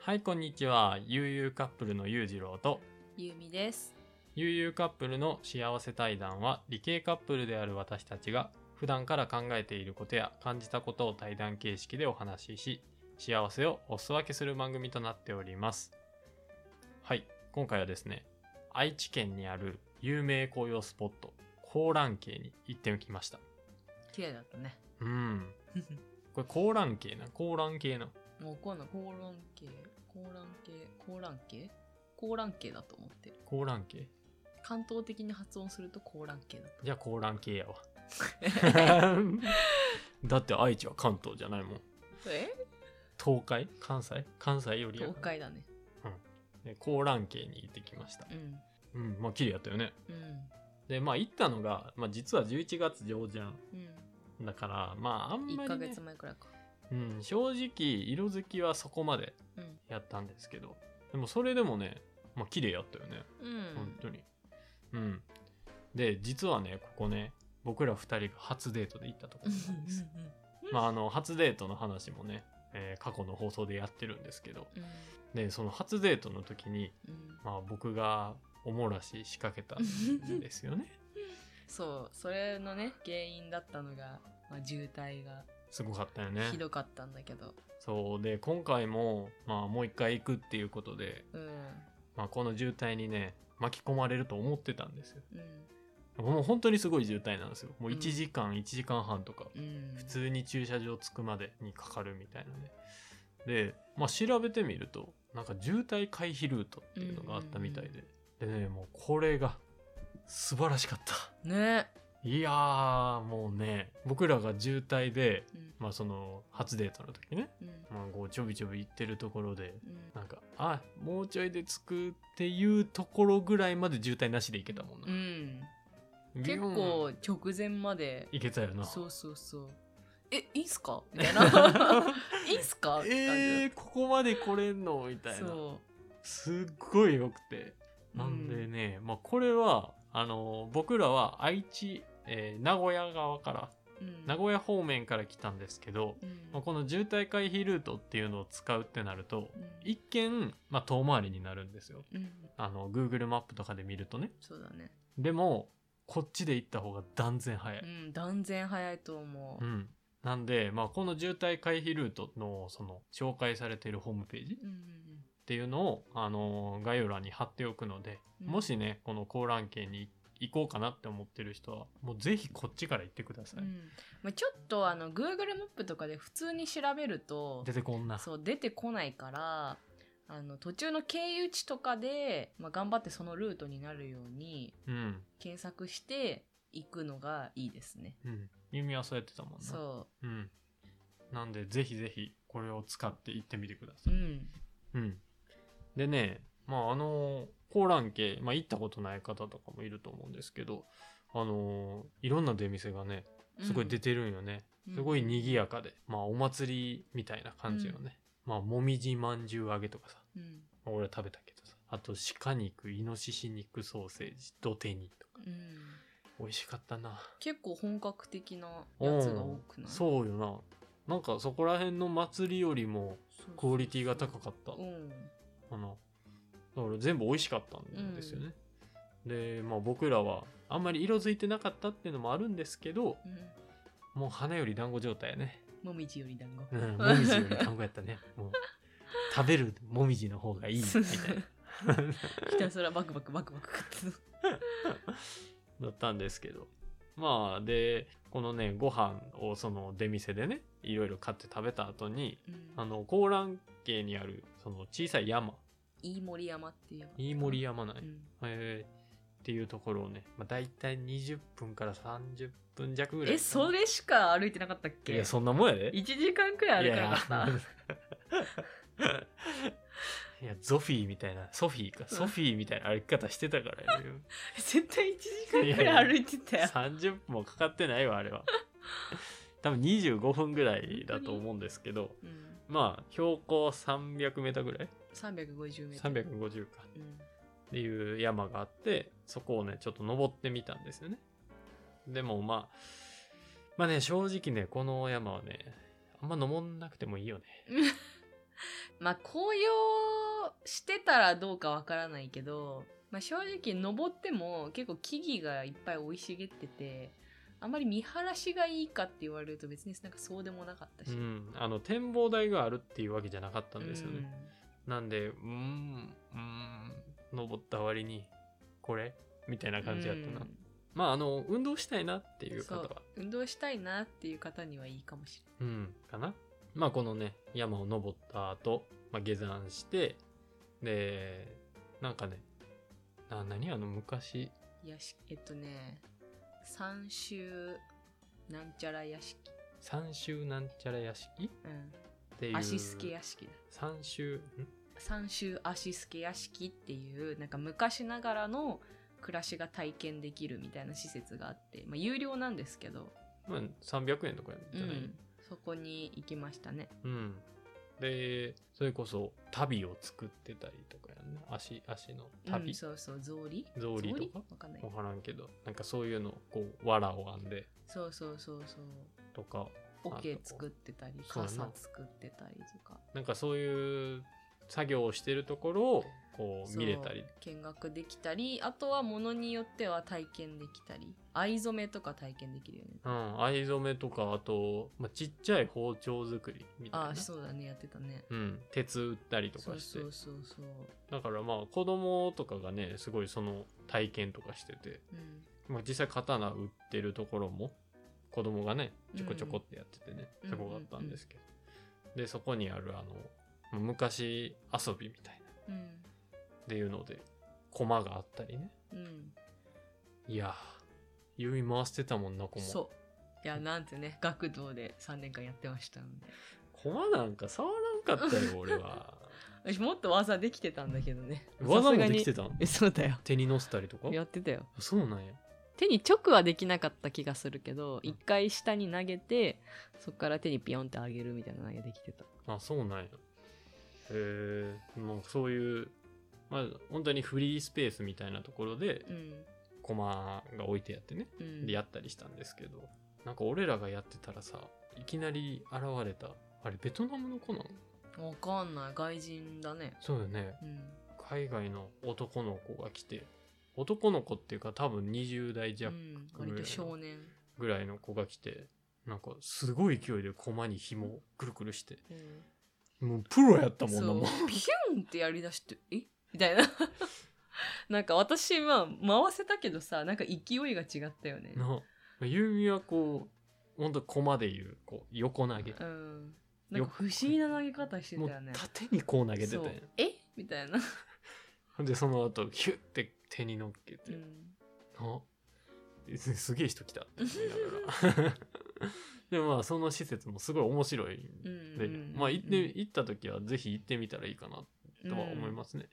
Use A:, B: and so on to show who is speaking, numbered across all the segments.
A: はいこんにちは悠々カップルの裕次郎と
B: ゆうみです。
A: 悠々カップルの幸せ対談は理系カップルである私たちが普段から考えていることや感じたことを対談形式でお話しし幸せをお裾分けする番組となっておりますはい今回はですね愛知県にある有名紅葉スポット高蘭渓に行ってきました
B: 綺麗だったね。
A: うんこれ高蘭渓な高蘭渓な
B: もう今度、高蘭系、高蘭系、高蘭系高蘭系だと思ってる。
A: 高蘭渓
B: 関東的に発音すると高蘭系だと
A: じゃあ高蘭系や わ
B: 思う。
A: だって愛知は関東じゃないもん
B: え
A: 東海関西関西よりや
B: 東海だね。
A: で高蘭系に行ってきました
B: う
A: う
B: ん。
A: んまあ綺麗やったよね
B: うん。
A: でまあ行ったのが、まあ、実は11月上旬
B: う
A: だからまああん
B: ん。
A: ま
B: 1
A: り、
B: ヶ
A: ね
B: 月前くらいか。
A: うん、正直色づきはそこまで
B: うん。
A: やったんですけどでもそれでもねまあ綺麗やったよね
B: うん。
A: 本当にうんで実はねここね僕ら2人が初デートで行ったところなんです まあ、あの初デートの話もね、えー過去の放送でやってるんですけど
B: うん。
A: でその初デートの時に、
B: うん。
A: まあ、僕がおもらし仕掛けたんですよね
B: そう、それのね、原因だったのが、まあ、渋滞が
A: すごかったよね
B: ひどかったんだけど。
A: そうで今回も、まあ、もう一回行くっていうことで、
B: うん。
A: まあ、この渋滞にね巻き込まれると思ってたんですよ
B: うん。
A: もう本当にすごい渋滞なんですよもう
B: うん
A: 1時間、1時間半とか
B: うん。
A: 普通に駐車場着くまでにかかるみたいなねで、まあ、調べてみるとなんか渋滞回避ルートっていうのがあったみたいで、でねもうこれが素晴らしかった
B: ね。
A: いやーもうね僕らが渋滞で、
B: うん。
A: まあ、その初デートの時ね、
B: うん。
A: まあ、こうちょびちょび行ってるところで
B: うん
A: なんかあもうちょいで着くっていうところぐらいまで渋滞なしで行けたもんな、
B: うん。
A: ビ
B: 結
A: ヨーン
B: 構直前まで
A: 行けたよな
B: そうそうそうえいいん すかみたいないいんすかって感じ
A: えー、ここまで来れんのみた
B: だ
A: いな
B: そ
A: すっごい良くて。
B: う
A: なんでね、まあこれは、あのー僕らは愛知、えー名古屋側から、
B: うん
A: 名古屋方面から来たんですけど、
B: うん
A: まあ、この渋滞回避ルートっていうのを使うってなると、
B: うん
A: 一見、まあ遠回りになるんですよ。
B: うん
A: あの、Google マップとかで見るとね。
B: そうだね
A: でも、こっちで行った方が断然早
B: う
A: い。
B: ん断然早いと思
A: う。
B: うん
A: なんで、まあこの渋滞回避ルートの、その、紹介されているホームページ
B: うんうん
A: っていうのを、あのー概要欄に貼っておくので、
B: うん
A: もしねこの高蘭系に行こうかなって思ってる人はもうぜひこっちから行ってくださ
B: う
A: い、
B: んまあちょっとあの Google マップとかで普通に調べると
A: 出てこんな
B: そう出てこないからあの途中の経由地とかで、まあ、頑張ってそのルートになるように
A: うん
B: 検索して行くのがいいですね
A: うん弓はそうやってたもんな、
B: そう
A: ん、なんでぜひぜひこれを使って行ってみてくだ
B: う
A: さい、
B: ん
A: うん、でねまああのー高蘭系、まあ、行ったことない方とかもいると思うんですけどあのーいろんな出店がねすごい出てるんよね、すごい賑やかで、まあお祭りみたいな感じよね。まあもみじまんじゅう揚げとかさ、
B: うんうん
A: まあ俺は食べたけどさ、あと鹿肉、イノシシ肉、ソーセージ、土手にとか、
B: うん
A: 美味しかったな。
B: 結構本格的なやつが多く
A: うん
B: ない
A: そうよな。なんかそこら辺の祭りよりも
B: そうそう
A: クオリティが高かった。
B: うん
A: あの、だから全部美味しかったんですよね。で、まあ僕らはあんまり色づいてなかったっていうのもあるんですけど、
B: うん
A: もう花より団子状態やね。
B: もみじより団子
A: うん、もみじより単語やったね。もう食べるもみじの方が いいみたいな
B: ひたすらバクバクバクバク食って
A: だったんですけど。まあでこのねご飯をその出店でねいろいろ買って食べた後に
B: たうん
A: あの高蘭渓にあるその小さい山
B: 飯盛山っていう
A: 飯盛山内、
B: うん
A: えーっていうところをね、まあ、大体20分から30分弱ぐらい
B: えそれしか歩いてなかったっ
A: い
B: け
A: やそんなもんやで
B: 1時間くらい歩かなかった
A: いや いやゾフィーみたいなソフィーかソフィーみたいな歩き方してたからよ
B: 絶対1時間くらい歩いてたよ
A: 30分もかかってないわあれ は多分25分ぐらいだと思うんですけど
B: うん
A: まあ標高 300m ぐらい
B: 350メートル
A: 350か
B: うん
A: っていう山があってそこをねちょっと登ってみたんですよねでもまあまあね正直ねこの山はねあんま登んなくてもいいよね
B: まあ紅葉してたらどうかわからないけど、まあ、正直登っても結構木々がいっぱい生い茂っててあんまり見晴らしがいいかって言われると別になんかそうでもなかったし、
A: うん、あの展望台があるっていうわけじゃなかったんですよ
B: う
A: ね、
B: ん
A: なんでうーんうーん登った割にこれみたいな感じやったな、
B: うん
A: まああの運動したいなっていう方
B: そ
A: は
B: う運動したいなっていう方にはいいかもしれ
A: うん、かな。まあこのね、山を登った後、まあ、下山して、で、なんかね、な何あの昔、
B: ないいやしえっとね三州なんちゃら屋敷、
A: 三州なんちゃら屋敷っ
B: う
A: てい
B: ん、
A: う。
B: 足助屋敷だ
A: 三州、ん
B: 三州足助屋敷っていうなんか昔ながらの暮らしが体験できるみたいな施設があって、まあ、有料なんですけど、
A: まあ300円とか
B: う
A: じゃない、
B: ん、そこに行きましたね
A: うん、で、それこそ、旅を作ってたりとかやね。足、足の
B: う
A: 旅
B: ん、。そうそう草履
A: 草履とか
B: わかんない
A: わからんけど、なんかそういうのをこう、藁を編んで
B: そうそうそうそう
A: とか、
B: オケ作ってたり
A: そうやな
B: 傘作ってたりとか
A: なんかそういう作業をしてるところをこう
B: そう
A: 見れたり
B: 見学できたりあとはものによっては体験できたり藍染めとか体験できるよね
A: うん、藍染めとかあと、まあ、ちっちゃい包丁作りみたいな
B: ああそうだねやってたね
A: うん、鉄打ったりと
B: そ
A: か
B: う
A: して
B: そうそうそう
A: だからまあ子供とかがねすごいその体験とかしてて、
B: うん
A: まあ、実際刀打ってるところも子供がねちょこちょこってやっててね、
B: うん
A: そこがあったんですけど、でそこにあるあの昔遊びみたいな
B: うん
A: っていうので駒があったりね
B: うん
A: いやー指回してたもんな駒
B: そういやなんてね学童で3年間やってましたので
A: 駒なんか触らんかったよ 俺は
B: 私もっと技できてたんだけどね
A: 技もでき
B: さ
A: て
B: すがに
A: たの
B: えそうだよ
A: 手に乗せたりとか
B: やってたよ
A: あそうなんや
B: 手に直はできなかった気がするけど一回下に投げてそこから手にピヨンって上げるみたいな投げできてた
A: あそうなんやへえもうそういうまあ本当にフリースペースみたいなところで
B: うん
A: 駒が置いてやってね
B: うん
A: でやったりしたんですけどなんか俺らがやってたらさいきなり現れたあれベトナムの子なの
B: わかんない外人だね
A: そうよね
B: うん
A: 海外の男の子が来て男の子っていうか多分20代弱
B: うん、割と少年
A: ぐらいの子が来てなんかすごい勢いで駒に紐をくるくるしてもうプロやったもんな
B: そう
A: もう
B: ピュンってやりだしてえみたいななんか私は回せたけどさなんか勢いが違ったよね
A: な弓はこうほんと駒でいうこう横投げ
B: うんなんか不思議な投げ方して
A: もう
B: たよね
A: 縦にこう投げてた
B: そ
A: やん
B: うえみ たいな、
A: ほんでその後ヒュッて手に乗っけて、
B: うん
A: なえすすげえ人来たって思いながら でもまあその施設もすごい面白いん
B: う
A: で、
B: んうん、、
A: まあ行って行った時はぜひ行ってみたらいいかなとは思いますすね。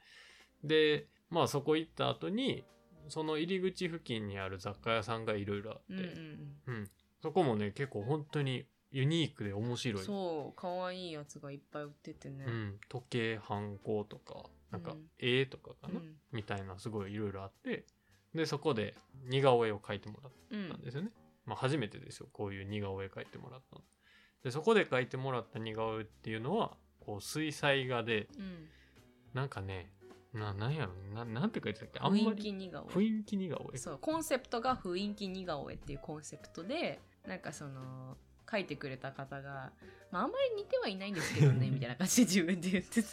A: で、まあそこ行った後に、その入り口付近にある雑貨屋さんがいろいろあって、
B: うんうん
A: うんそこもね、結構本当にユニークで面
B: う
A: 白
B: ん、
A: い。
B: そう可愛いやつがいっぱい売っててね、
A: うん、時計、ハンコとか、なん
B: う
A: か
B: ん
A: 絵とかか
B: う
A: な、
B: ん
A: みたいなすごいいろいろあって、で、そこで似顔絵を描いてもらっ
B: う
A: たん
B: ん
A: ですよね。まあ初めてですよ、こういう似顔絵描いてもらったの。で、そこで描いてもらった似顔絵っていうのは、こう水彩画で、
B: うん
A: なんかね、ななんやろな、なんて書いてたっけあんま
B: 雰囲
A: り
B: 気似顔絵
A: 雰囲気似顔絵
B: そうコンセプトが雰囲気似顔絵っていうコンセプトでなんかその書いてくれた方が、まあ、あんまり似てはいないんですけど ねみたいな感じで自分で言ってた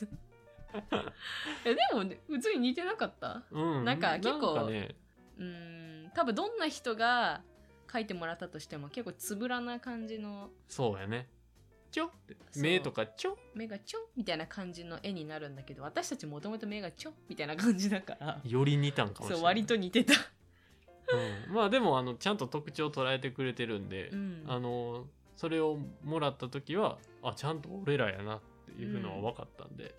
B: えでもね普通に似てなかった
A: うん
B: なんか結構
A: なんかね
B: うーん多分どんな人が書いてもらったとしても結構つぶらな感じの
A: そうやねちょって
B: そう
A: 目とかちょ
B: 目がちょんみたいな感じの絵になるんだけど私たちもともと目がちょんみたいな感じだから
A: より似たんかもしれない
B: そう割と、似 てた、
A: うん、まあでもあのちゃんと特徴を捉えてくれてるんで、
B: うん、
A: あのそれをもらった時はあちゃんと俺らやなっていうのは分かったんで、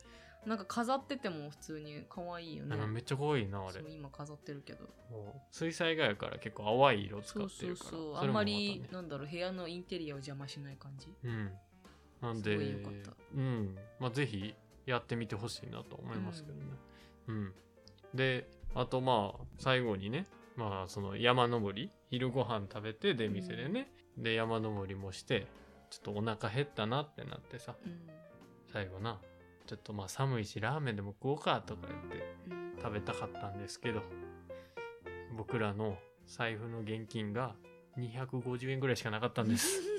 B: なんか飾ってても普通に可愛いよね
A: あのめっちゃ可愛いなあれ
B: そう今飾ってるけど
A: もう水彩画やから結構淡い色使
B: そ
A: っ
B: う
A: て
B: そ
A: る
B: う
A: から
B: そう、
A: そ
B: あ
A: れも
B: ん
A: ま
B: ま
A: たね
B: りなんだろう部屋のインテリアを邪魔しない感じ
A: うんなんです
B: ごい良かった
A: うんまあ、ぜひやってみてほしいなと思いますけどね。うんであとまあ最後にね、まあ、その山登り昼ご飯食べて出店でね、で山登りもしてちょっとお腹減ったなってなってさ
B: うん
A: 最後なちょっとまあ寒いしラーメンでも食おうかとか言って
B: うん
A: 食べたかったんですけど僕らの財布の現金が250円ぐらいしかなかったんです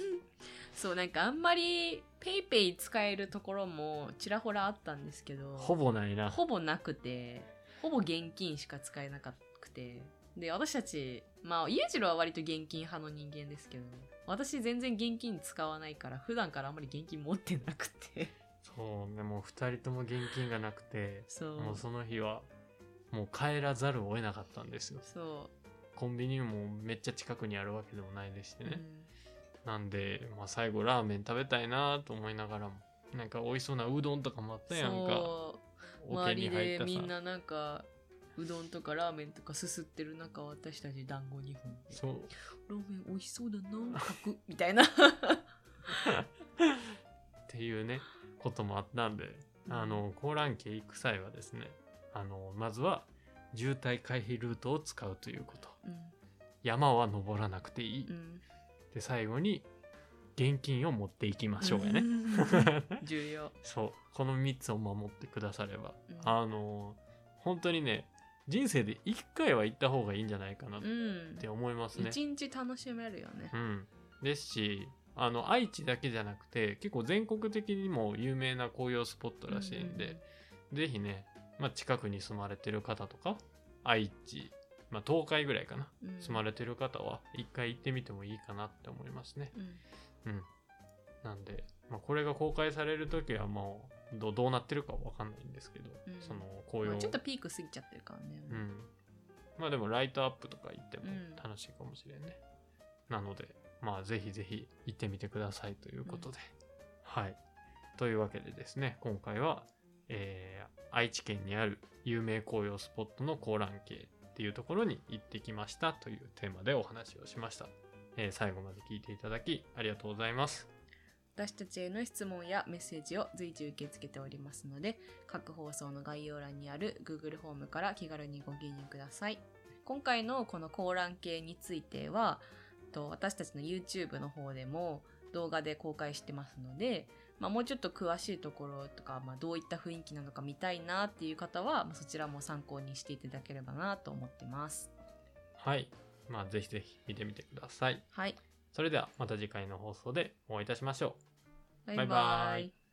B: そうなんかあんまりペイペイ使えるところもちらほらあったんですけど
A: ほぼないな
B: ほぼなくてほぼ現金しか使えなくてで私たちまあ家次郎は割と現金派の人間ですけど私全然現金使わないから普段からあんまり現金持ってなくて
A: そうでも2人とも現金がなくて
B: そう
A: もうその日はもう帰らざるを得なかったんですよ
B: そ
A: コンビニもめっちゃ近くにあるわけでもないですし
B: う、
A: ね、なんで、まあ、最後ラーメン食べたいなと思いながらもなんか美味しそうなうどんとかもあっ
B: う
A: た
B: ん、
A: やんか
B: そう
A: 桶
B: 周
A: に
B: り
A: 入っ
B: で
A: た
B: みん
A: さ
B: ななんかうどんとかラーメンとかすすってる中私たち団子2本で
A: そう
B: ラーメン美味しそうだなかくみたいな
A: っていうねこともあったんで あの高蘭家行く際はですねあのまずは渋滞回避ルートを使うということ
B: うん
A: 山は登らなくていい、
B: うん
A: で最後に現金を持っていきましょうやね、
B: 重要
A: そうこの3つを守ってくだされば、
B: うん
A: あの本当にね人生で1回は行った方がいいんじゃないかなっ
B: うん
A: て思いますね。
B: 一日楽しめるよね
A: うん、ですしあの愛知だけじゃなくて結構全国的にも有名な紅葉スポットらしいんで、是非ね、まあ、近くに住まれてる方とか愛知、まあ、東海ぐらいかな
B: うん、うん
A: 住まれてる方は1回行ってみてもいいかなって思いますね。
B: うん
A: なんで、まあ、これが公開される時はもうどどうなってるかわかんないんですけど、
B: うん
A: その紅葉、
B: まあちょっとピーク過ぎちゃってるからね、
A: うん、まあでもライトアップとか行っても
B: うん
A: 楽しいかもしれんね、なのでまあぜひぜひ行ってみてくださいということで、はいというわけでですね今回は、えー愛知県にある有名紅葉スポットの高蘭渓っていうところに行ってきましたというテーマでお話をしました、えー最後まで聞いていただきありがとうございます
B: 私たちへの質問やメッセージを随時受け付けておりますので各放送の概要欄にある Google フォームから気軽にご記入ください今回のこの高覧系についてはと私たちの YouTube の方でも動画で公開してますので、まあ、もうちょっと詳しいところとか、まあ、どういった雰囲気なのか見たいなっていう方は、まあ、そちらも参考にしていただければなと思ってます
A: はいまあぜひぜひ見てみてください
B: はい
A: それではまた次回の放送でお会いいたしましょう
B: バイ
A: バイバイ